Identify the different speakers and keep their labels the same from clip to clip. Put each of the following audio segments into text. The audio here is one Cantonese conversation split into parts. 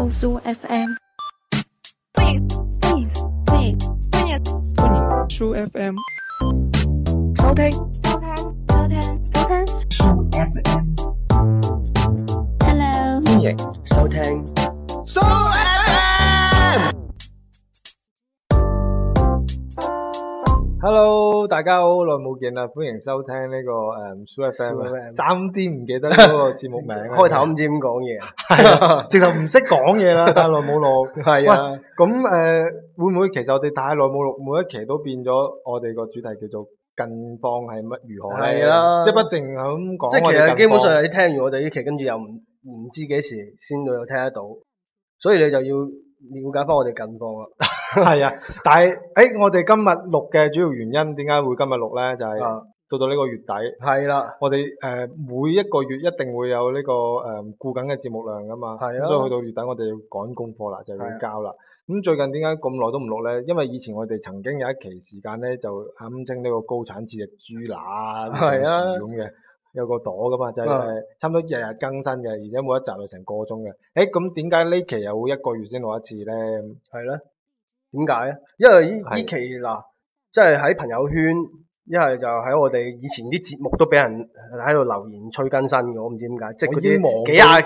Speaker 1: FM。
Speaker 2: 书 FM。
Speaker 3: 收听收听收听 Hello，收
Speaker 4: Hello，大家好，好耐冇見啦，歡迎收聽呢、個誒 s u FM，
Speaker 3: Soo
Speaker 4: 啊
Speaker 3: FM
Speaker 4: 爭啲唔記得嗰個節目名
Speaker 3: 聽，
Speaker 4: 啊，
Speaker 3: 開頭唔知點講嘢啊，
Speaker 4: 係啊， 直頭唔識講嘢啦，太耐冇錄，
Speaker 3: 係啊，
Speaker 4: 咁誒、會唔會其實我哋太耐冇錄，每一期都變咗我哋個主題叫做近況係乜如何咧？
Speaker 3: 係啊
Speaker 4: 即係不定咁講。
Speaker 3: 即係其
Speaker 4: 實
Speaker 3: 實基本上你聽完我哋呢期，跟住又唔唔知幾時先到有聽得到，所以你就要了解翻我哋近況啦。
Speaker 4: 係啊，但係誒、我哋今日錄嘅主要原因點解會今日錄咧？就係、
Speaker 3: 啊
Speaker 4: 到到呢個月底。
Speaker 3: 係啦，
Speaker 4: 我哋誒、呃每一個月一定會有呢、個誒、呃、顧緊嘅節目量噶嘛，
Speaker 3: 係啊
Speaker 4: 咁所以去到月底我哋要趕功課啦，就
Speaker 3: 係啊
Speaker 4: 要交啦。咁最近點解咁耐都唔錄咧？因為以前我哋曾經有一期時間咧，就堪稱呢個高產次嘅豬乸
Speaker 3: 係啊
Speaker 4: 成樹咁嘅，有個朵噶嘛，就係、
Speaker 3: 啊
Speaker 4: 誒差唔多日日更新嘅，而且每一集就成個鐘嘅。誒咁點解呢期又會一個月先錄一次咧？
Speaker 3: 係啦，點解咧？因為呢
Speaker 4: 係
Speaker 3: 呢期嗱，即係喺朋友圈，一係就喺我哋以前啲節目都俾人呃喺度留言催更新嘅，我唔知點解，即係嗰
Speaker 4: 我已經忘
Speaker 3: 啲幾
Speaker 4: 記
Speaker 3: 廿
Speaker 4: 啊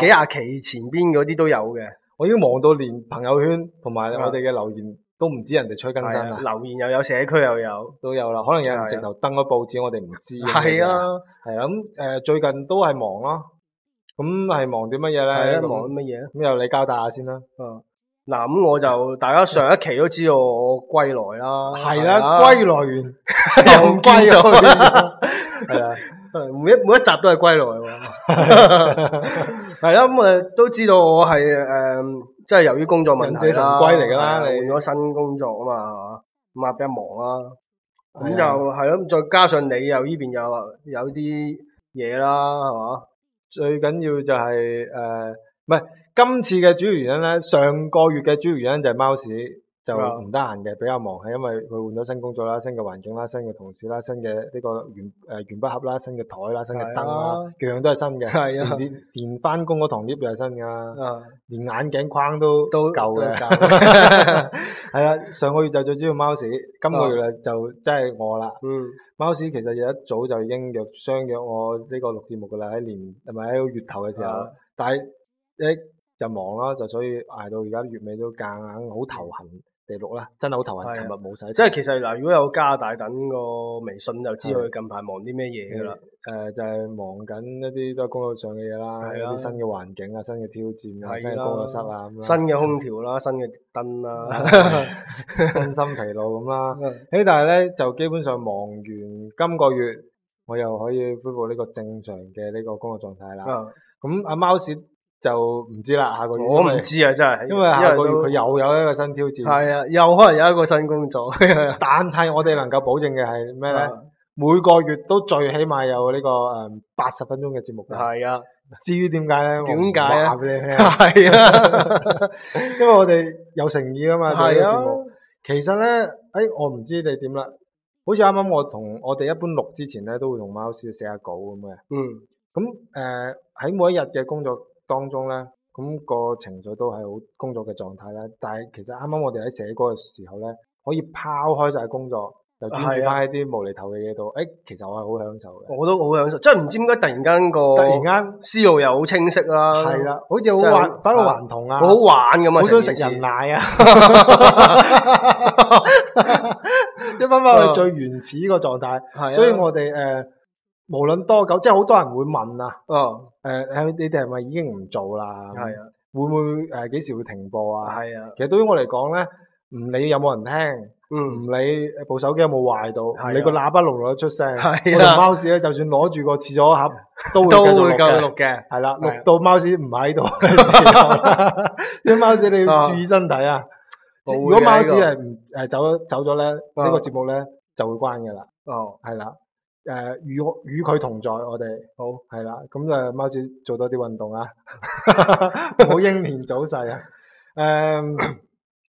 Speaker 3: 幾廿期前邊嗰啲都有嘅。
Speaker 4: 我已經忙到連朋友圈同埋
Speaker 3: 啊
Speaker 4: 我哋嘅留言都唔知人哋催更新
Speaker 3: 係
Speaker 4: 啦
Speaker 3: 啊，。留言又有，社區又有，
Speaker 4: 都有啦，可能有
Speaker 3: 係啊
Speaker 4: 人直頭登咗報紙，我哋唔知。
Speaker 3: 係，啊，
Speaker 4: 係啊，咁誒、呃最近都係忙咯，咁係忙啲乜嘢
Speaker 3: 係
Speaker 4: 咧？
Speaker 3: 啊，
Speaker 4: 咁
Speaker 3: 忙緊乜嘢咧？
Speaker 4: 咁由你交代下先啦。
Speaker 3: 嗯，嗱咁我就大家上一期都知道我歸來啦，
Speaker 4: 係啦，歸來 完又
Speaker 3: 唔見咗
Speaker 4: 歸來係啊，
Speaker 3: 來，每一每一集都係歸 來喎。係啦，咁誒都知道我係誒，即係由於工作問題
Speaker 4: 忍者神
Speaker 3: 啦，
Speaker 4: 龜嚟㗎
Speaker 3: 係啊
Speaker 4: 啦
Speaker 3: 換
Speaker 4: 你
Speaker 3: 咗新工作啊嘛，係嘛咁啊比較忙啦。咁
Speaker 4: 係啊
Speaker 3: 又係咯，再加上你又呢邊又有啲嘢啦，係嘛？
Speaker 4: 最緊要就係、誒，唔、係今次嘅主要原因咧，上個月嘅主要原因就係貓屎就
Speaker 3: 啊
Speaker 4: 唔得閒嘅，比較忙，係因為佢換咗新工作啦、新嘅環境啦、新嘅同事啦、新嘅呢個呃鉛誒鉛筆盒啦、新嘅台啦、新嘅燈
Speaker 3: 係
Speaker 4: 啦
Speaker 3: 啊，
Speaker 4: 樣樣都係新嘅。
Speaker 3: 係啊
Speaker 4: 連連連翻工嗰堂 lift 又係新噶，
Speaker 3: 啊，
Speaker 4: 連眼鏡框都
Speaker 3: 都
Speaker 4: 舊嘅。
Speaker 3: 都舊
Speaker 4: 係啦，上個月就最主要貓屎，今個
Speaker 3: 啊
Speaker 4: 月咧就真係我啦。
Speaker 3: 嗯。
Speaker 4: 貓屎其實有一早就已經約相約我呢個錄節目噶啦，喺年係咪喺月頭嘅時候
Speaker 3: 啊，
Speaker 4: 但係一就忙啦，就所以捱到而家月尾都夾硬好頭痕地錄啦，真係好頭
Speaker 3: 係啊
Speaker 4: 痕。琴日冇使，
Speaker 3: 即係其實嗱，如果有加大等個微信就知道佢近排忙啲咩嘢噶啦。
Speaker 4: 誒就係忙緊一啲都係工作上嘅嘢啦，
Speaker 3: 係
Speaker 4: 一
Speaker 3: 啦
Speaker 4: 啲新嘅環境啊、新嘅挑戰啊、
Speaker 3: 係
Speaker 4: 新嘅
Speaker 3: 啦
Speaker 4: 工作室啊咁啦
Speaker 3: 新嘅 空調啦，新嘅燈啦，
Speaker 4: 身心疲勞咁啦。誒，但係咧就基本上忙完今個月，我又可以恢復呢個正常嘅呢個工作狀態啦。
Speaker 3: 啊
Speaker 4: 咁阿貓屎就唔知啦，下個月
Speaker 3: 我
Speaker 4: 嗯因為
Speaker 3: 唔知啊，真係，
Speaker 4: 因為下個月
Speaker 3: 都
Speaker 4: 佢又有一個新挑戰。
Speaker 3: 係啊，又可能有一個新工作，係
Speaker 4: 但係我哋能夠保證嘅 係咩咧？
Speaker 3: 啊
Speaker 4: 每個月都最起碼有呢個誒八十分鐘嘅節目嘅。
Speaker 3: 係啊，
Speaker 4: 至於點解咧？我唔
Speaker 3: 點解啊
Speaker 4: 話俾你聽，
Speaker 3: 係啊，
Speaker 4: 因為我哋有誠意啊嘛，做呢
Speaker 3: 係
Speaker 4: 個
Speaker 3: 啊
Speaker 4: 節目。其實咧，誒、我唔知你點啦。好似啱啱我同我哋一般錄之前咧，都會同貓屎寫下稿咁嘅。
Speaker 3: 嗯，
Speaker 4: 咁誒喺每一日嘅工作當中咧，咁、個情緒都係好工作嘅狀態啦。但係其實啱啱我哋喺寫歌嘅時候咧，可以拋開晒工作，就專注
Speaker 3: 係啊
Speaker 4: 翻喺啲無厘頭嘅嘢度。誒、其實我係好享受嘅。
Speaker 3: 我都好享受，真係唔知點解突然間個
Speaker 4: 突然間
Speaker 3: 思路又好清晰啦，
Speaker 4: 係，啦，好似好
Speaker 3: 真係
Speaker 4: 玩，返到
Speaker 3: 啊
Speaker 4: 頑童啊，
Speaker 3: 好好玩咁啊，
Speaker 4: 好想
Speaker 3: 成
Speaker 4: 食
Speaker 3: 件事
Speaker 4: 人奶 啊！ 一翻翻去最原始個狀態，
Speaker 3: 係啊，
Speaker 4: 所以我哋誒、呃無論多久，即係好多人會問啊，
Speaker 3: 哦，
Speaker 4: 誒、你哋係咪已經唔做啦？
Speaker 3: 係啊，
Speaker 4: 會唔會呃誒幾、時會停播啊？
Speaker 3: 係啊，
Speaker 4: 其實對於我嚟講咧，唔理有冇人聽，唔
Speaker 3: 嗯，
Speaker 4: 理呃部手機有冇壞到，
Speaker 3: 係啊
Speaker 4: 唔理個喇叭錄唔錄得出聲，
Speaker 3: 係啊
Speaker 4: 我同貓屎咧，就算攞住個廁所盒都會
Speaker 3: 都會
Speaker 4: 繼續錄
Speaker 3: 繼續
Speaker 4: 嘅。
Speaker 3: 錄嘅。
Speaker 4: 係啦，
Speaker 3: 係啊
Speaker 4: 錄到貓屎唔喺度 嘅時候，啲貓屎你要注意身體啊！即
Speaker 3: 我會
Speaker 4: 如
Speaker 3: 嘅
Speaker 4: 果貓屎
Speaker 3: 呢
Speaker 4: 係唔誒走咗走咗咧，
Speaker 3: 啊
Speaker 4: 呢個節目咧就會關嘅啦，
Speaker 3: 哦，
Speaker 4: 係啦。誒與我與佢同在，我哋
Speaker 3: 好，
Speaker 4: 係啦。咁誒貓屎做多啲運動啊， 唔好英年早逝啊！誒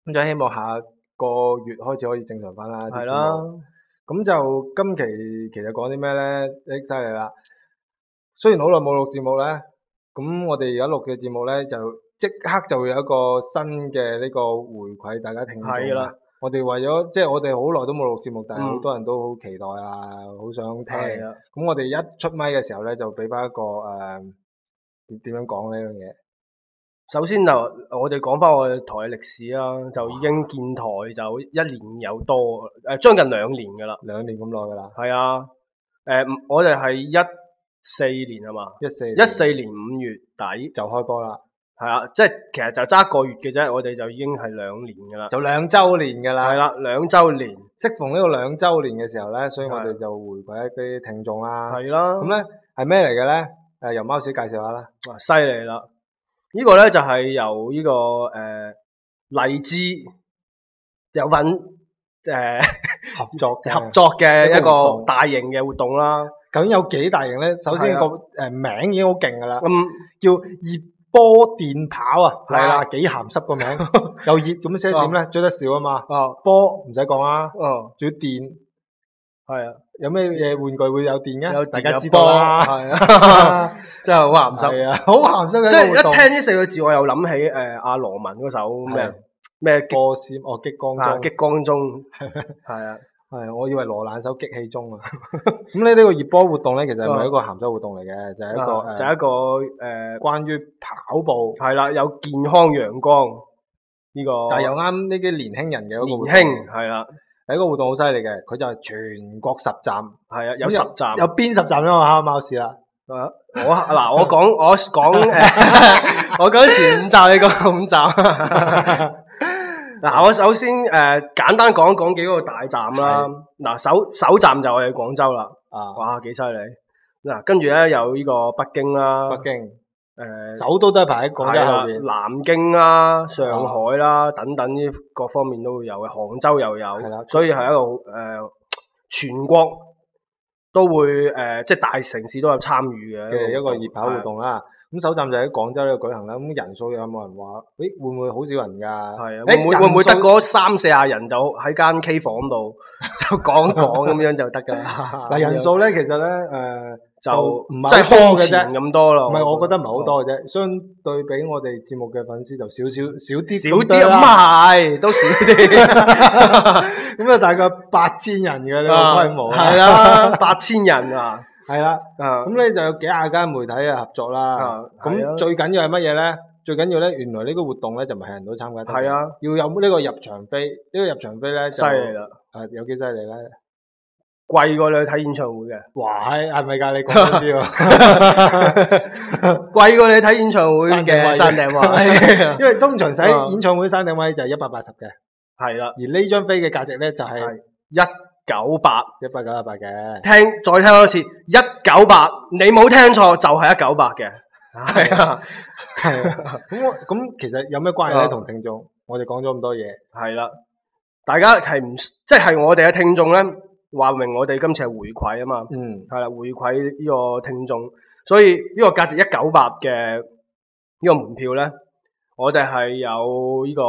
Speaker 4: 咁就希望下個月開始可以正常翻啦。啲
Speaker 3: 係
Speaker 4: 節
Speaker 3: 啦
Speaker 4: 目。咁就今期其實講啲咩咧？誒犀利啦！雖然好耐冇錄節目咧，咁我哋而家錄嘅節目咧就即刻就會有一個新嘅呢個回饋大家聽眾。
Speaker 3: 係啦，
Speaker 4: 我哋為咗即係我哋好耐都冇錄節目，但係
Speaker 3: 嗯
Speaker 4: 好多人都好期待啊，好想聽
Speaker 3: 係。啊，
Speaker 4: 咁我哋一出咪嘅時候咧，就俾翻一個誒點點樣講呢樣嘢？
Speaker 3: 首先就我哋講翻我哋台嘅歷史啦，就已經建台就一年有多，誒、將近兩年噶啦。
Speaker 4: 兩年咁耐㗎啦，
Speaker 3: 係啊，誒、唔我哋係一四年啊嘛，
Speaker 4: 一四
Speaker 3: 一四年五月底
Speaker 4: 就開波啦，
Speaker 3: 係啊，即係其實就揸一個月嘅啫，我哋就已經係兩年噶啦。
Speaker 4: 就兩週年㗎啦。
Speaker 3: 係啦，兩週年
Speaker 4: 適逢呢個兩週年嘅時候咧，所以我哋
Speaker 3: 係
Speaker 4: 就回饋一啲聽眾啦。
Speaker 3: 係啦，
Speaker 4: 咁咧係咩嚟嘅咧？誒，由貓屎介紹下啦。
Speaker 3: 哇，犀利啦！呢個咧就係由呢個誒荔枝有份誒
Speaker 4: 合作嘅
Speaker 3: 合作嘅一
Speaker 4: 一個活
Speaker 3: 個
Speaker 4: 動
Speaker 3: 大型嘅活動啦。
Speaker 4: 究竟有幾大型咧？首先
Speaker 3: 係啊
Speaker 4: 個誒名已經好勁㗎啦，
Speaker 3: 咁
Speaker 4: 叫熱波電跑啊，
Speaker 3: 係啦
Speaker 4: 哇，幾鹹濕個名，又熱咁寫點咧？追得少啊嘛，
Speaker 3: 哦
Speaker 4: 波唔使講啊，
Speaker 3: 哦，
Speaker 4: 仲要電，
Speaker 3: 係啊，
Speaker 4: 有咩嘢玩具會有電
Speaker 3: 有
Speaker 4: 嘅？大
Speaker 3: 電
Speaker 4: 家
Speaker 3: 有
Speaker 4: 知道 啦，
Speaker 3: 波係啊，真係好鹹濕。
Speaker 4: 係啊，好鹹濕嘅
Speaker 3: 即係
Speaker 4: 一個活動
Speaker 3: 一聽呢四個字，我又諗起誒阿羅文嗰首咩啊
Speaker 4: 係啊
Speaker 3: 咩激
Speaker 4: 波閃哦激光
Speaker 3: 啊
Speaker 4: 中
Speaker 3: 激光中係啊，
Speaker 4: 係，我以為羅蘭手激氣中啊。 咁咧呢個熱波活動咧，其實唔係一個鹹濕活動嚟嘅，就係一
Speaker 3: 啊就
Speaker 4: 個
Speaker 3: 係
Speaker 4: 誒
Speaker 3: 一個誒
Speaker 4: 關於跑步，
Speaker 3: 係啦，有健康陽光呢個
Speaker 4: 但係又啱呢啲年輕人嘅一個活動
Speaker 3: 年輕係啦。
Speaker 4: 有一個活動好犀利嘅，佢就係全國十站，
Speaker 3: 系啊，有十站。
Speaker 4: 有邊十站咧？我考貓屎 啦，
Speaker 3: 啊我嗱，我講我講 诶，我講前五站，你講五站。嗱，我首先诶简单講講幾個大站啦。嗱，首首站就我哋廣州啦，
Speaker 4: 啊，
Speaker 3: 哇，幾犀利！嗱，跟住咧有呢個北京啦，
Speaker 4: 北京
Speaker 3: 诶，
Speaker 4: 首都都係啊排喺廣州
Speaker 3: 啊係啊
Speaker 4: 後
Speaker 3: 啦
Speaker 4: 邊，
Speaker 3: 南京啦、上海啦等等呢各方面都會有嘅，杭州又
Speaker 4: 係啦
Speaker 3: 有，所以係一個诶、呃全國都會诶、呃即係大城市都有參與嘅
Speaker 4: 嘅一個熱跑活
Speaker 3: 動。
Speaker 4: 動啦。咁首站就喺廣州呢度舉行啦。咁人數有冇人話？誒會唔會好少人㗎？
Speaker 3: 係啊，會
Speaker 4: 誒
Speaker 3: 唔會會唔會得
Speaker 4: 人數
Speaker 3: 嗰三四廿人就喺間 K 房 度就講講咁樣就得㗎啦？
Speaker 4: 嗱人數咧，其實咧誒
Speaker 3: 就
Speaker 4: 就唔係
Speaker 3: 即係
Speaker 4: 好多
Speaker 3: 空
Speaker 4: 嘅啫
Speaker 3: 前哦咁多咯。嗯
Speaker 4: 唔係，我覺得唔係好多嘅啫。相對比我哋節目嘅粉絲就少少少啲
Speaker 3: 少啲
Speaker 4: 多
Speaker 3: 咁
Speaker 4: 啦。
Speaker 3: 啊，係都 少 啲
Speaker 4: 咁啊，大概八千人嘅 呢個
Speaker 3: 啊
Speaker 4: 規模啊
Speaker 3: 係，啦，八千人啊，
Speaker 4: 係啦。
Speaker 3: 啊
Speaker 4: 咁咧就有幾廿間媒體嘅合作啦
Speaker 3: 啊。係
Speaker 4: 咁
Speaker 3: 啊
Speaker 4: 最緊要係乜嘢咧？最緊要咧，原來呢個活動咧就唔係人都參加得嘅。
Speaker 3: 係啊，
Speaker 4: 要有呢個入場飛，呢個入場飛咧就
Speaker 3: 犀利啦！
Speaker 4: 啊有幾犀利咧？
Speaker 3: 貴過你去睇演唱會嘅，
Speaker 4: 哇，係係咪㗎？你講嗰啲喎，
Speaker 3: 貴過你睇演唱會
Speaker 4: 山頂位
Speaker 3: 嘅山頂 位，
Speaker 4: 因為通常使
Speaker 3: 啊
Speaker 4: 演唱會山頂位就係一百八十嘅，
Speaker 3: 係啦，
Speaker 4: 而呢張飛嘅價值咧就係
Speaker 3: 係一九八，
Speaker 4: 一百九十八嘅。
Speaker 3: 聽再聽多次，一九八，你冇聽錯，就係一九八嘅，係啊，
Speaker 4: 係啊 咁我咁其實有咩關係咧？
Speaker 3: 啊
Speaker 4: 同聽眾，我哋講咗咁多嘢，
Speaker 3: 係啦，大家係唔即係我哋嘅聽眾咧，話明我哋今次係回饋啊嘛，
Speaker 4: 嗯，
Speaker 3: 係啦，回饋呢個聽眾，所以呢個價值一九八嘅呢個門票咧，我哋係有呢、個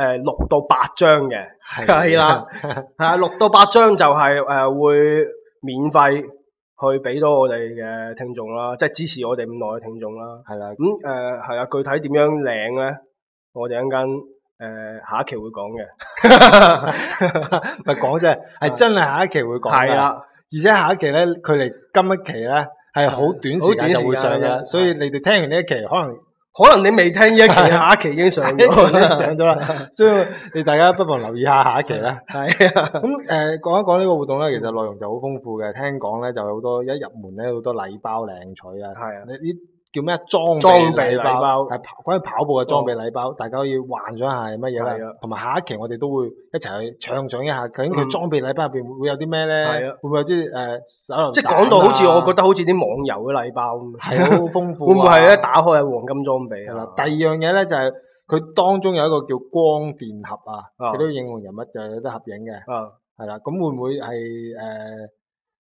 Speaker 3: 誒六、到八張嘅。係啦， 係啊，六到八張就係、誒、會免費去俾到我哋嘅聽眾啦，即係支持我哋咁耐嘅聽眾啦。
Speaker 4: 係啦，
Speaker 3: 咁誒係啊，具體點樣領咧？我哋一陣間誒下一期會講嘅，
Speaker 4: 咪講啫，係真係下一期會講㗎
Speaker 3: 係，啦，
Speaker 4: 而且下一期咧，距離今一期咧係好短時間就會上
Speaker 3: 好短時間
Speaker 4: 嘅，
Speaker 3: 嘅
Speaker 4: 所以你哋聽完呢一期可能
Speaker 3: 可能你未聽呢 一期，下一期已經 上咗
Speaker 4: 上咗啦，所以你大家不妨留意下下一期啦。
Speaker 3: 係啊，
Speaker 4: 咁誒、講一講呢個活動咧，其實內容就好豐富嘅。聽講咧就有好多一入門咧好多禮包領取啊，
Speaker 3: 係啊，
Speaker 4: 你啲叫咩裝
Speaker 3: 裝
Speaker 4: 備
Speaker 3: 備
Speaker 4: 禮
Speaker 3: 禮
Speaker 4: 包
Speaker 3: 包
Speaker 4: 係跑關於跑步嘅裝備禮包，大家可以幻想下係乜嘢
Speaker 3: 係啊。
Speaker 4: 啦同埋下一期我哋都會一齊去暢想一下，究竟佢
Speaker 3: 嗯
Speaker 4: 裝備禮包入邊會會有啲咩
Speaker 3: 係
Speaker 4: 咧
Speaker 3: 啊？
Speaker 4: 會唔會有啲誒手榴彈啊
Speaker 3: 即係講到好似我覺得好似啲網遊嘅禮包咁，
Speaker 4: 係好豐富啊。
Speaker 3: 會唔會係咧打開係黃金裝備
Speaker 4: 係啦
Speaker 3: 啊？，
Speaker 4: 第二樣嘢咧就係佢當中有一個叫光電盒啊，
Speaker 3: 啊
Speaker 4: 佢都應用人物就有得合影嘅，
Speaker 3: 啊，
Speaker 4: 係啦。咁會唔會係誒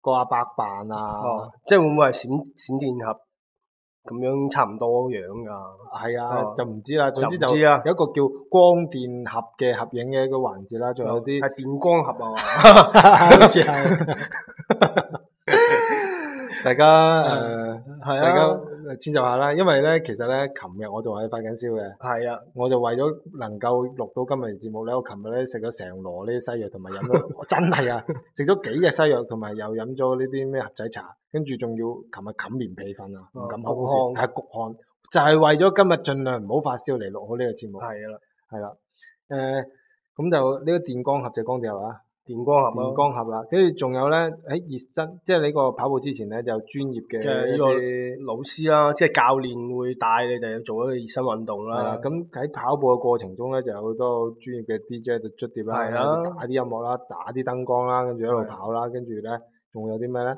Speaker 4: 個阿伯扮啊
Speaker 3: 哦？，即係會唔會係閃閃電俠咁樣差唔多樣㗎？
Speaker 4: 係啊
Speaker 3: 哦，
Speaker 4: 就唔知啦。總之就
Speaker 3: 就唔知啊
Speaker 4: 有一個叫光電盒嘅合影嘅一個環節啦，仲有啲
Speaker 3: 係電光盒啊嘛，
Speaker 4: 好似係。大家誒，
Speaker 3: 係
Speaker 4: 啊大家遷就下啦，因為咧，其實咧，琴日我仲係發緊燒嘅，
Speaker 3: 係啊，
Speaker 4: 我就為咗能夠錄到今日節目咧，我琴日咧食咗成籮呢啲西藥，同埋飲咗 真係啊，食咗幾隻西藥，同埋又飲咗呢啲咩盒仔茶，跟住仲要琴日冚棉被瞓啊，唔敢
Speaker 3: 哦
Speaker 4: 好
Speaker 3: 焗
Speaker 4: 先，係焗汗，就係為咗今日盡量唔好發燒嚟錄好呢個節目，
Speaker 3: 係啦，
Speaker 4: 係啦，誒，咁就呢個電光盒就光碟啊。
Speaker 3: 電光合
Speaker 4: 電
Speaker 3: 咯，
Speaker 4: 光盒啦，跟住仲有咧喺熱身，即係呢個跑步之前咧，就有專業嘅
Speaker 3: 嘅呢
Speaker 4: 一
Speaker 3: 個
Speaker 4: 啲
Speaker 3: 老師啦，即係教練會帶你哋做一個熱身運動
Speaker 4: 係啦
Speaker 3: 啦。。
Speaker 4: 咁喺跑步嘅過程中咧，就有好多專業嘅 DJ 喺度捽碟啦，
Speaker 3: 係
Speaker 4: 喺
Speaker 3: 啦
Speaker 4: 度打啲音樂啦，打啲燈光啦，跟住一路
Speaker 3: 係
Speaker 4: 跑啦，跟住咧仲會有啲咩咧？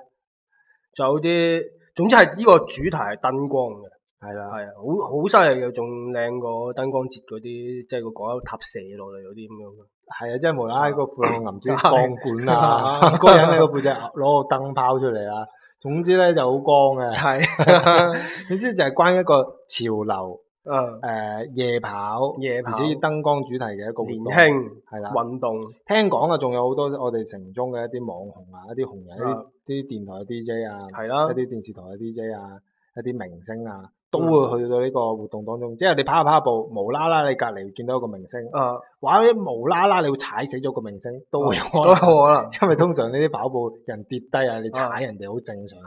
Speaker 3: 仲有啲，總之係呢個主題係燈光嘅，
Speaker 4: 係啦，
Speaker 3: 係啊，好好犀利嘅，仲靚過燈光節嗰啲，即係個廣州塔射落嚟嗰啲咁樣嘅。
Speaker 4: 係啊，即係無啦啦個褲 浪唔知
Speaker 3: 係
Speaker 4: 光 管啊，嗰個人喺個背脊 攞個燈泡出嚟啊，總之咧就好光嘅。
Speaker 3: 係，
Speaker 4: 總之就係關一個潮流
Speaker 3: 嗯，
Speaker 4: 誒夜跑，
Speaker 3: 夜跑
Speaker 4: 而且以燈光主題嘅一個活
Speaker 3: 年
Speaker 4: 動
Speaker 3: 輕
Speaker 4: 係啦。
Speaker 3: 運動
Speaker 4: 聽講啊，仲有好多我哋城中嘅一啲網紅啊，一啲紅人，一
Speaker 3: 啊
Speaker 4: 啲啲電台嘅 DJ 啊，
Speaker 3: 係啦
Speaker 4: 一，啲電視台嘅 DJ 啊，一啲明星啊，都會去到呢個活動當中。即係你跑下跑下步，無啦啦你隔離見到一個明星，
Speaker 3: 啊，
Speaker 4: 或者無啦啦你會踩死咗個明星，都會有可
Speaker 3: 都
Speaker 4: 能
Speaker 3: 有。可能。
Speaker 4: 因為通常呢啲跑步人跌低啊，你
Speaker 3: 啊
Speaker 4: 踩人哋好正常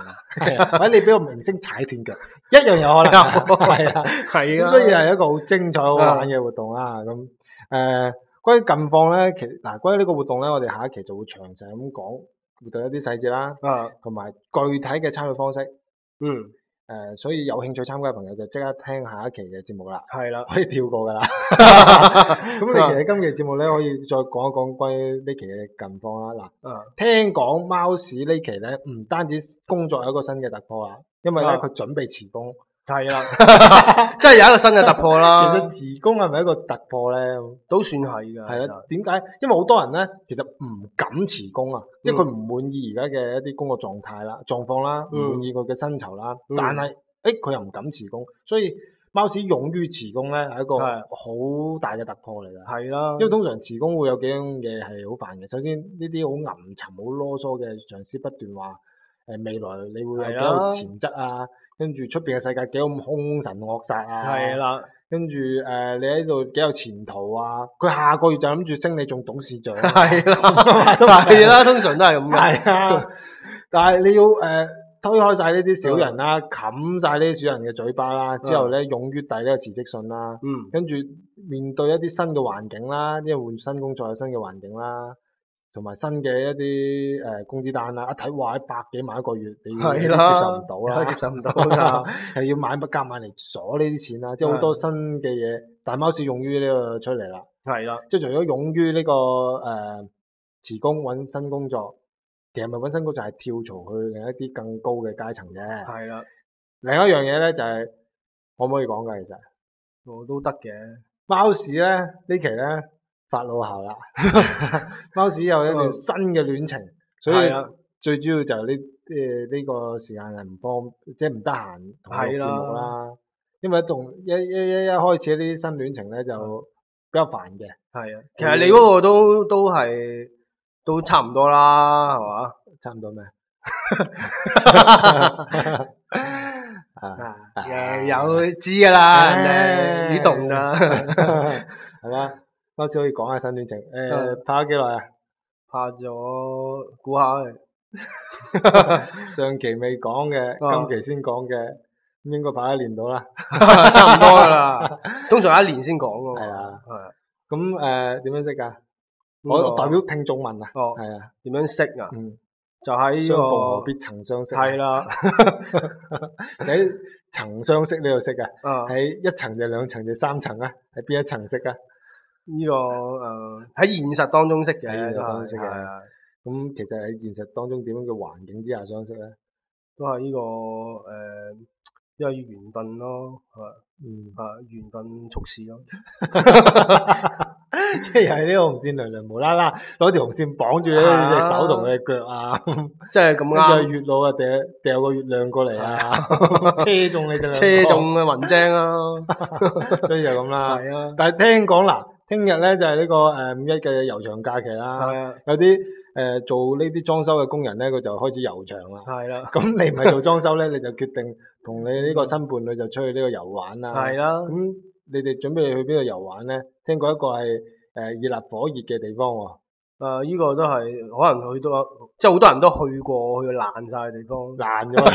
Speaker 4: 嘅，或者你俾個明星踩斷腳，一樣有可能啊。係啊。哦
Speaker 3: 係
Speaker 4: 咁
Speaker 3: 啊，
Speaker 4: 所以係一個好精彩、好玩嘅活動啦。咁誒、呃，關於近況咧，其嗱關於呢個活動咧，我哋下一期就會詳細咁講活動一啲細節啦，
Speaker 3: 啊，
Speaker 4: 同埋具體嘅參與方式。誒、
Speaker 3: 嗯，
Speaker 4: 呃所以有興趣參加嘅朋友就即刻聽下一期嘅節目啦，
Speaker 3: 係 啦，
Speaker 4: 可以跳過噶啦。咁你其實今期節目咧，可以再講一講關於呢期嘅近況啦。
Speaker 3: 啊，
Speaker 4: 嗱，聽講貓屎呢期咧，唔單止工作有一個新嘅突破啊，因為咧
Speaker 3: 啊
Speaker 4: 佢準備辭工。
Speaker 3: 係 啦，即係有一個新嘅突破
Speaker 4: 其
Speaker 3: 啦，
Speaker 4: 實辭工係咪一個突破咧？
Speaker 3: 都算係㗎，
Speaker 4: 係
Speaker 3: 其實
Speaker 4: 啦，點解？因為好多人咧，其實唔敢辭工
Speaker 3: 嗯
Speaker 4: 啊，即係佢唔滿意而家嘅一啲工作狀態啦、狀況啦，唔
Speaker 3: 嗯
Speaker 4: 滿意佢嘅薪酬啦，
Speaker 3: 嗯
Speaker 4: 但係誒佢又唔敢辭工，所以貓屎勇於辭工咧係一個
Speaker 3: 係
Speaker 4: 好大嘅突破嚟㗎。
Speaker 3: 係啦
Speaker 4: 因，為通常辭工會有幾樣嘢係好煩嘅，首先呢啲好吟沉、好囉嗦嘅上司不斷話誒未來你會有幾
Speaker 3: 係
Speaker 4: 有
Speaker 3: 啊
Speaker 4: 潛質啊，跟住出邊嘅世界幾咁兇神惡煞啊，
Speaker 3: 係啦，，
Speaker 4: 跟住誒、呃你喺度幾有前途啊！佢下個月就諗住升你做董事 長係
Speaker 3: 係啦， 係啦，通常都係咁嘅，
Speaker 4: 啊！但係你要誒、呃推開晒呢啲小人啦，冚晒呢啲小人嘅嘴巴啦，之後咧勇於遞呢個辭職信啦，
Speaker 3: 嗯，
Speaker 4: 跟住面對一啲新嘅環境啦，因為換新工作有新嘅環境啦，同埋新嘅一啲誒、呃工資單啦，一睇哇百幾萬一個月，你
Speaker 3: 係
Speaker 4: 你
Speaker 3: 啦，
Speaker 4: 接受唔到啦
Speaker 3: 接。受唔到 㗎，
Speaker 4: 又要買筆夾買嚟鎖呢啲錢啦，即係好多新嘅嘢。但貓屎勇於呢個出嚟啦，
Speaker 3: 係啦，
Speaker 4: 即係除咗勇於呢、個誒、呃辭工揾新工作，其實咪揾新工作係跳槽去另一啲更高嘅階層嘅。
Speaker 3: 係啦，
Speaker 4: 另一樣嘢咧就係、可唔可以講㗎？其實
Speaker 3: 我都得嘅，
Speaker 4: 貓屎咧呢期咧發老姣啦， 貓屎有一段新嘅戀情，所以
Speaker 3: 嗯係啊
Speaker 4: 最主要就係呢誒呢個時間係唔方，即係唔得閒同佢
Speaker 3: 係啦
Speaker 4: 錄節目啦。因為同一一一一開始呢啲新戀情咧
Speaker 3: 嗯
Speaker 4: 就比較煩嘅，
Speaker 3: 係啊，其實你嗰個都都係都差唔多啦，係嘛？
Speaker 4: 差唔多咩？啊，
Speaker 3: 啊，誒有知㗎啦，人哋語動 㗎，
Speaker 4: 係嘛？貓屎可以講下新戀情，誒拍咗幾耐啊？
Speaker 3: 拍咗估下。
Speaker 4: 上期未講
Speaker 3: 啊
Speaker 4: 嘅，今期先講嘅，咁應該拍一年到啦。
Speaker 3: 差唔多噶 啦，通常一年先講噶嘛。
Speaker 4: 係啊，
Speaker 3: 係啊。
Speaker 4: 咁誒點樣識噶？
Speaker 3: 呢
Speaker 4: 我
Speaker 3: 個
Speaker 4: 代表聽眾問啊，
Speaker 3: 哦，
Speaker 4: 係啊，
Speaker 3: 點樣識啊？
Speaker 4: 嗯，
Speaker 3: 就喺呢
Speaker 4: 相逢何
Speaker 3: 個
Speaker 4: 必曾相識啊？
Speaker 3: 係啦，
Speaker 4: 就喺曾相識呢度識嘅，
Speaker 3: 啊
Speaker 4: 喺一層就兩層就三層啊，喺邊一層識啊？
Speaker 3: 呢個誒喺現實當中識嘅，
Speaker 4: 喺現實當中識嘅
Speaker 3: 係啊
Speaker 4: 咁其實喺現實當中點樣嘅環境之下相識咧？
Speaker 3: 都係呢個誒，因為緣分咯，係啊，
Speaker 4: 嗯
Speaker 3: 啊緣分促使咯，
Speaker 4: 即係喺呢個紅線娘娘無啦啦攞條紅線綁住你隻手同佢嘅腳啊，
Speaker 3: 即係咁
Speaker 4: 跟住
Speaker 3: 啱
Speaker 4: 月老啊掉掉個月亮過嚟啊， 車中你隻兩
Speaker 3: 車
Speaker 4: 個
Speaker 3: 中嘅 雲精咯，
Speaker 4: 所以就咁啦。
Speaker 3: 係啊，
Speaker 4: 但係聽講嗱，聽日咧就係呢個誒五一嘅悠長假期啦，
Speaker 3: 係啊，
Speaker 4: 有啲呃做呢啲裝修嘅工人咧，佢就開始遊場 啦。
Speaker 3: 係啦，
Speaker 4: 咁你唔係做裝修咧，你就決定同你呢個新伴侶就出去呢個遊玩啦。
Speaker 3: 係啦，
Speaker 4: 咁你哋準備去邊度遊玩咧？聽過一個係誒、呃、熱辣火熱嘅地方喎、
Speaker 3: 誒呢個都係可能去到，即係好多人都去過，去到爛晒嘅地方。
Speaker 4: 爛咗嘅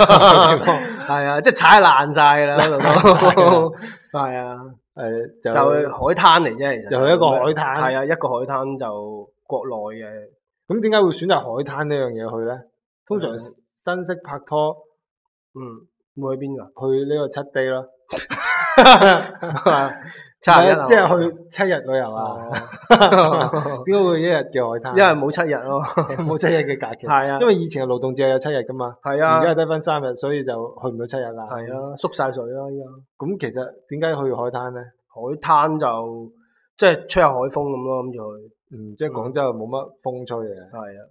Speaker 4: 地方。
Speaker 3: 係啊，即係踩爛晒㗎啦，嗰度都係啊，
Speaker 4: 誒
Speaker 3: 就
Speaker 4: 就
Speaker 3: 係海灘嚟啫，其實
Speaker 4: 就係一個海灘
Speaker 3: 係啊，一個海灘就國內嘅，
Speaker 4: 咁點解會選擇海灘呢樣嘢去咧？通常
Speaker 3: 嗯
Speaker 4: 新式拍拖
Speaker 3: 嗯，會去邊㗎？
Speaker 4: 去呢個七 day 啦，
Speaker 3: 七日一
Speaker 4: 即
Speaker 3: 啊
Speaker 4: 係去七日旅遊 啊？
Speaker 3: 哦
Speaker 4: 點解會一日嘅海灘？
Speaker 3: 因為冇七日 咯，
Speaker 4: 冇七日嘅假期，
Speaker 3: 係啊
Speaker 4: 因，為以前嘅勞動節有七日噶嘛，
Speaker 3: 係
Speaker 4: 而家
Speaker 3: 啊，
Speaker 4: 係得翻三日，所以就去唔到七日啦。
Speaker 3: 係，啊，縮晒水啦，依家
Speaker 4: 咁其實點解去海灘咧？
Speaker 3: 海灘就即係吹下海風咁咯，諗住去，
Speaker 4: 嗯，即係廣州冇乜風吹嘅，
Speaker 3: 係啊，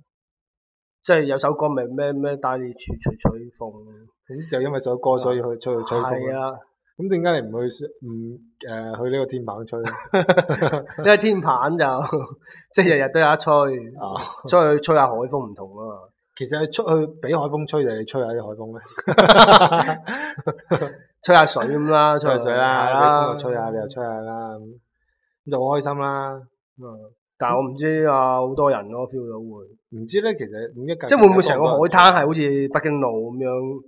Speaker 3: 即係有首歌咪咩咩帶你吹吹吹風，
Speaker 4: 咁就因為首歌所以去出去吹風
Speaker 3: 啊係
Speaker 4: 啦。
Speaker 3: 啊，
Speaker 4: 咁點解你唔去唔誒去呢個天棚吹咧？
Speaker 3: 因為天棚就 即係日日都有得吹。
Speaker 4: 啊，
Speaker 3: 出去吹下海風唔同啊嘛，
Speaker 4: 其實係出去俾海風吹定係你吹下啲海風咧？
Speaker 3: 吹下水咁啦，
Speaker 4: 吹下水啦，啊
Speaker 3: 係
Speaker 4: 你風又吹下，你又吹下啦，咁咁就好開心啦。
Speaker 3: 嗯但係我唔知啊，好多人咯，feel 到會，
Speaker 4: 唔知咧，其實五一假期
Speaker 3: 即係會唔會成個海灘
Speaker 4: 係
Speaker 3: 係好似北京路咁樣，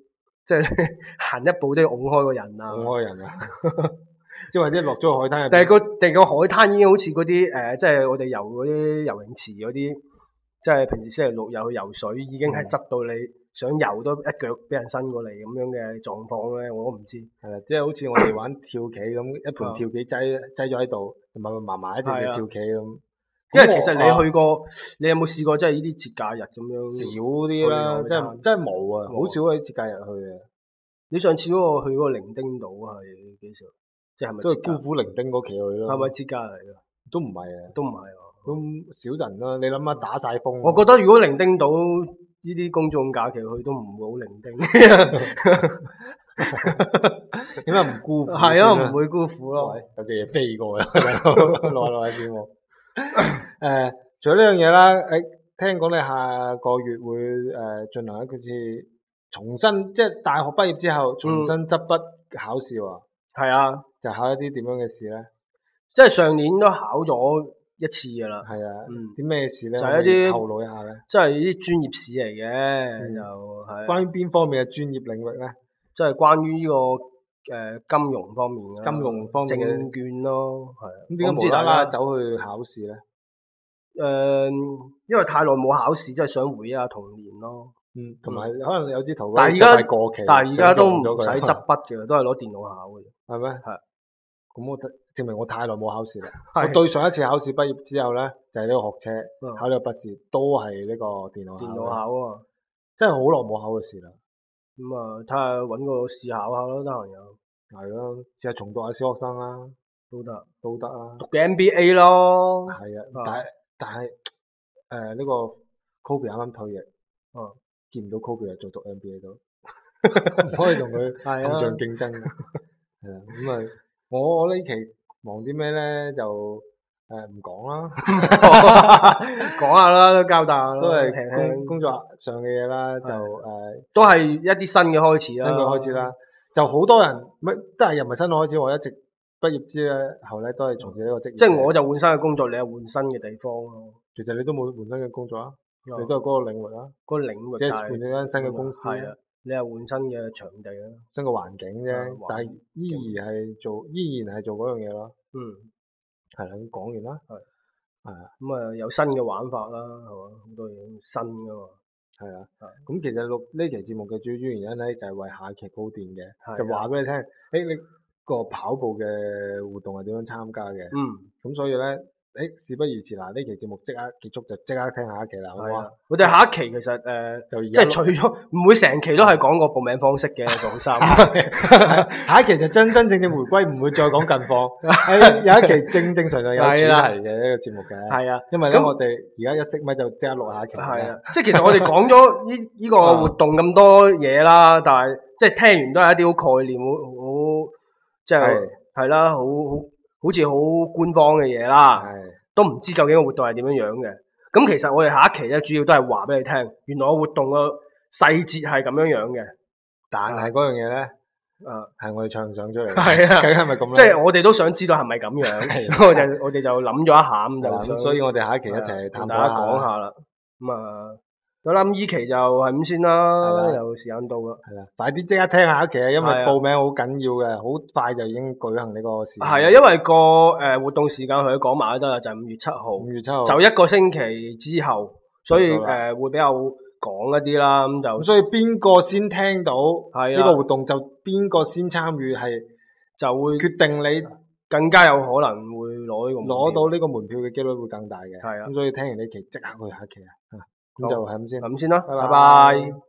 Speaker 3: 即係 行一步都要拱開個人啊
Speaker 4: 好？開人啊？ 即係或者落咗海灘入
Speaker 3: 但係
Speaker 4: 邊，
Speaker 3: 個但係個海灘已經好似嗰啲誒，即係我哋游嗰啲游泳池嗰啲，即係平時星期六又去游水，已經係
Speaker 4: 嗯
Speaker 3: 執到你想游都一腳俾人伸過嚟咁樣嘅狀況咧，我都唔知。
Speaker 4: 係啦，即係好似我哋玩跳棋咁，一盤
Speaker 3: 啊
Speaker 4: 跳棋擠擠咗喺度，同埋埋埋一隻
Speaker 3: 係啊
Speaker 4: 嘅跳棋咁。
Speaker 3: 因為
Speaker 4: 咁
Speaker 3: 其
Speaker 4: 我
Speaker 3: 實
Speaker 4: 啊
Speaker 3: 你去過，你有冇試過即係呢啲節假日咁
Speaker 4: 少
Speaker 3: 樣？
Speaker 4: 啲啦，
Speaker 3: 去
Speaker 4: 即
Speaker 3: 到海灘
Speaker 4: 係真係冇啊，
Speaker 3: 冇
Speaker 4: 好少喺節假日去
Speaker 3: 你上次嗰個去嗰個伶仃島啊係幾時？即係咪
Speaker 4: 嘅，都係
Speaker 3: 節假
Speaker 4: 孤？苦伶仃嗰期去咯。
Speaker 3: 係咪節假嚟噶？
Speaker 4: 都唔係啊，
Speaker 3: 都唔係啊！
Speaker 4: 咁少人啦。你諗下打晒風，啊
Speaker 3: 我覺得如果伶仃島呢啲公眾假期去都唔會好伶 仃，
Speaker 4: 得點解唔孤苦先啦？
Speaker 3: 係啊，唔會孤苦咯
Speaker 4: 喂。有隻嘢飛 過嘅，大佬耐耐見我。 誒，除咗呢樣嘢啦，誒，聽講你下個月會誒進行一個次重新，即係大學畢業之後
Speaker 3: 嗯
Speaker 4: 重新執筆考試喎，
Speaker 3: 係啊，
Speaker 4: 就考一啲點樣嘅試咧？
Speaker 3: 即係上年都考咗一次㗎啦。
Speaker 4: 係啊，
Speaker 3: 嗯，
Speaker 4: 啲咩試
Speaker 3: 就
Speaker 4: 咧？就
Speaker 3: 係
Speaker 4: 係
Speaker 3: 一啲
Speaker 4: 一啲透露一下咧。
Speaker 3: 即係呢啲專業試嚟嘅，
Speaker 4: 嗯
Speaker 3: 就係啊
Speaker 4: 關於邊方面嘅專業領域咧？
Speaker 3: 即係關於呢個誒金融方面嘅啦
Speaker 4: 金融方面嘅
Speaker 3: 證券咯，係啊。
Speaker 4: 咁
Speaker 3: 我
Speaker 4: 點
Speaker 3: 唔
Speaker 4: 解
Speaker 3: 知
Speaker 4: 無啦啦
Speaker 3: 大家
Speaker 4: 走去考試咧？
Speaker 3: 誒、嗯因為太耐冇考試，即係想回憶下童年咯。
Speaker 4: 嗯，同埋可能有啲圖
Speaker 3: 但係而
Speaker 4: 嗰啲
Speaker 3: 家
Speaker 4: 就係過期，
Speaker 3: 但係而家都
Speaker 4: 想用
Speaker 3: 唔
Speaker 4: 咗
Speaker 3: 使
Speaker 4: 佢
Speaker 3: 執，筆嘅，都係攞電腦考嘅。
Speaker 4: 係咩？
Speaker 3: 係。
Speaker 4: 咁我睇證明我太耐冇考試啦。我
Speaker 3: 係
Speaker 4: 對上一次考試畢業之後咧，就係呢個學車
Speaker 3: 嗯
Speaker 4: 考呢個筆試，都係呢個電腦考
Speaker 3: 電
Speaker 4: 嘅。
Speaker 3: 腦考啊嘛，
Speaker 4: 真係好耐冇考嘅事啦。
Speaker 3: 咁啊睇下揾個試考下咯，得閒有
Speaker 4: 係咯，試下重讀下小學生啦，
Speaker 3: 嗯都得。
Speaker 4: 都得啊。
Speaker 3: 讀嘅 MBA 咯，
Speaker 4: 係
Speaker 3: 啊
Speaker 4: 啊，但係但係誒呢個 Kobe 啱啱退役，
Speaker 3: 嗯，
Speaker 4: 見唔到 Kobe 係再讀 NBA 都唔可以同佢
Speaker 3: 係
Speaker 4: 偶像
Speaker 3: 啊，
Speaker 4: 競爭嘅。係啊，咁啊，我我呢期忙啲咩咧就誒唔講啦。
Speaker 3: 講下啦，都交代下啦，
Speaker 4: 都
Speaker 3: 輕
Speaker 4: 係工
Speaker 3: 輕
Speaker 4: 工作上嘅嘢啦，就
Speaker 3: 係
Speaker 4: 誒
Speaker 3: 都係一啲新嘅開始
Speaker 4: 新
Speaker 3: 啦，
Speaker 4: 嘅開始。啦，就好多人唔係，但係又唔係新嘅開始，我一直畢業之後咧都係從事呢個職業嘅。
Speaker 3: 即係我就換新嘅工作，你係換新嘅地方咯。
Speaker 4: 其實你都冇換新嘅工作啊，
Speaker 3: 你
Speaker 4: 你都係嗰個領域啊，
Speaker 3: 嗰個領域
Speaker 4: 即
Speaker 3: 但
Speaker 4: 係
Speaker 3: 係
Speaker 4: 換咗間新嘅公司，
Speaker 3: 係啊，你係換新嘅場地啦。
Speaker 4: 新嘅環境
Speaker 3: 啊
Speaker 4: 啫
Speaker 3: 環，
Speaker 4: 但係依然係做，依然係做嗰樣嘢咯。
Speaker 3: 嗯。
Speaker 4: 係啦，咁講完啦，
Speaker 3: 咁啊有新嘅玩法啦，係嘛，好多嘢新噶嘛，
Speaker 4: 係啦
Speaker 3: 係。
Speaker 4: 咁其實錄呢期節目嘅最主要原因咧，就係為下期鋪墊
Speaker 3: 係啊
Speaker 4: 嘅，就話俾你聽，誒你個跑步嘅活動係點樣參加嘅？
Speaker 3: 嗯，
Speaker 4: 咁所以咧，誒事不宜遲，嗱呢期節目即刻結束就即刻聽下一期啦，好唔
Speaker 3: 係
Speaker 4: 好
Speaker 3: 啊
Speaker 4: 啊？，
Speaker 3: 我哋下一期其實誒，
Speaker 4: 就而
Speaker 3: 即
Speaker 4: 家
Speaker 3: 係除咗唔會成期都係講個報名方式嘅講心，
Speaker 4: 下一期就真真正正回歸，唔會再講近 況，係有一期正正常常有主
Speaker 3: 係啦
Speaker 4: 題嘅一個節目嘅。
Speaker 3: 係啊，
Speaker 4: 因為咧，
Speaker 3: 咁
Speaker 4: 我哋而家一熄咪就即刻錄下一期
Speaker 3: 係
Speaker 4: 嘅。
Speaker 3: 啊，即係其實我哋講咗呢呢個活動咁多嘢啦，但係即係聽完都係一啲好概念，好好即係
Speaker 4: 係
Speaker 3: 係啦，好好好似好官方嘅嘢啦，
Speaker 4: 係
Speaker 3: 都唔知究竟個活動係點樣樣嘅。咁其實我哋下一期咧，主要都係話俾你聽，原來我活動個細節係咁樣樣嘅。
Speaker 4: 但係嗰樣嘢咧，
Speaker 3: 誒
Speaker 4: 係我哋唱想出嚟嘅，
Speaker 3: 啊係啊
Speaker 4: 究竟係咪咁
Speaker 3: 即
Speaker 4: 咧？
Speaker 3: 係我哋都想知道係咪咁樣，
Speaker 4: 係
Speaker 3: 所以我就我哋就諗咗一下咁就
Speaker 4: 咁，
Speaker 3: 想，
Speaker 4: 所以我哋下一期一
Speaker 3: 係啊
Speaker 4: 齊去探
Speaker 3: 同
Speaker 4: 討
Speaker 3: 大家講下啦。咁啊，好啦，咁依期就係咁先啦
Speaker 4: 係，啦
Speaker 3: 有時間到啦。
Speaker 4: 係啦，快啲即刻聽下一期啊，因為
Speaker 3: 係啊
Speaker 4: 報名好緊要嘅，好快就已經舉行呢個事。
Speaker 3: 係啊，因為個誒活動時間佢都講埋都得啦，就係五月七號，
Speaker 4: 五月七號，
Speaker 3: 就一個星期之後，所以
Speaker 4: 冇錯啦
Speaker 3: 誒會比較講一啲啦。咁
Speaker 4: 咁
Speaker 3: 就
Speaker 4: 所以邊個先聽到
Speaker 3: 係啊
Speaker 4: 呢個活動，就邊個先參與，係
Speaker 3: 就會
Speaker 4: 決定你
Speaker 3: 更加有可能會攞呢個門票
Speaker 4: 攞到呢個門票嘅機率會更大嘅。
Speaker 3: 係啊
Speaker 4: 咁所以聽完呢期即刻去下一期啊，啊咁就係咁先。
Speaker 3: 咁先啦，
Speaker 4: 拜拜
Speaker 3: 拜拜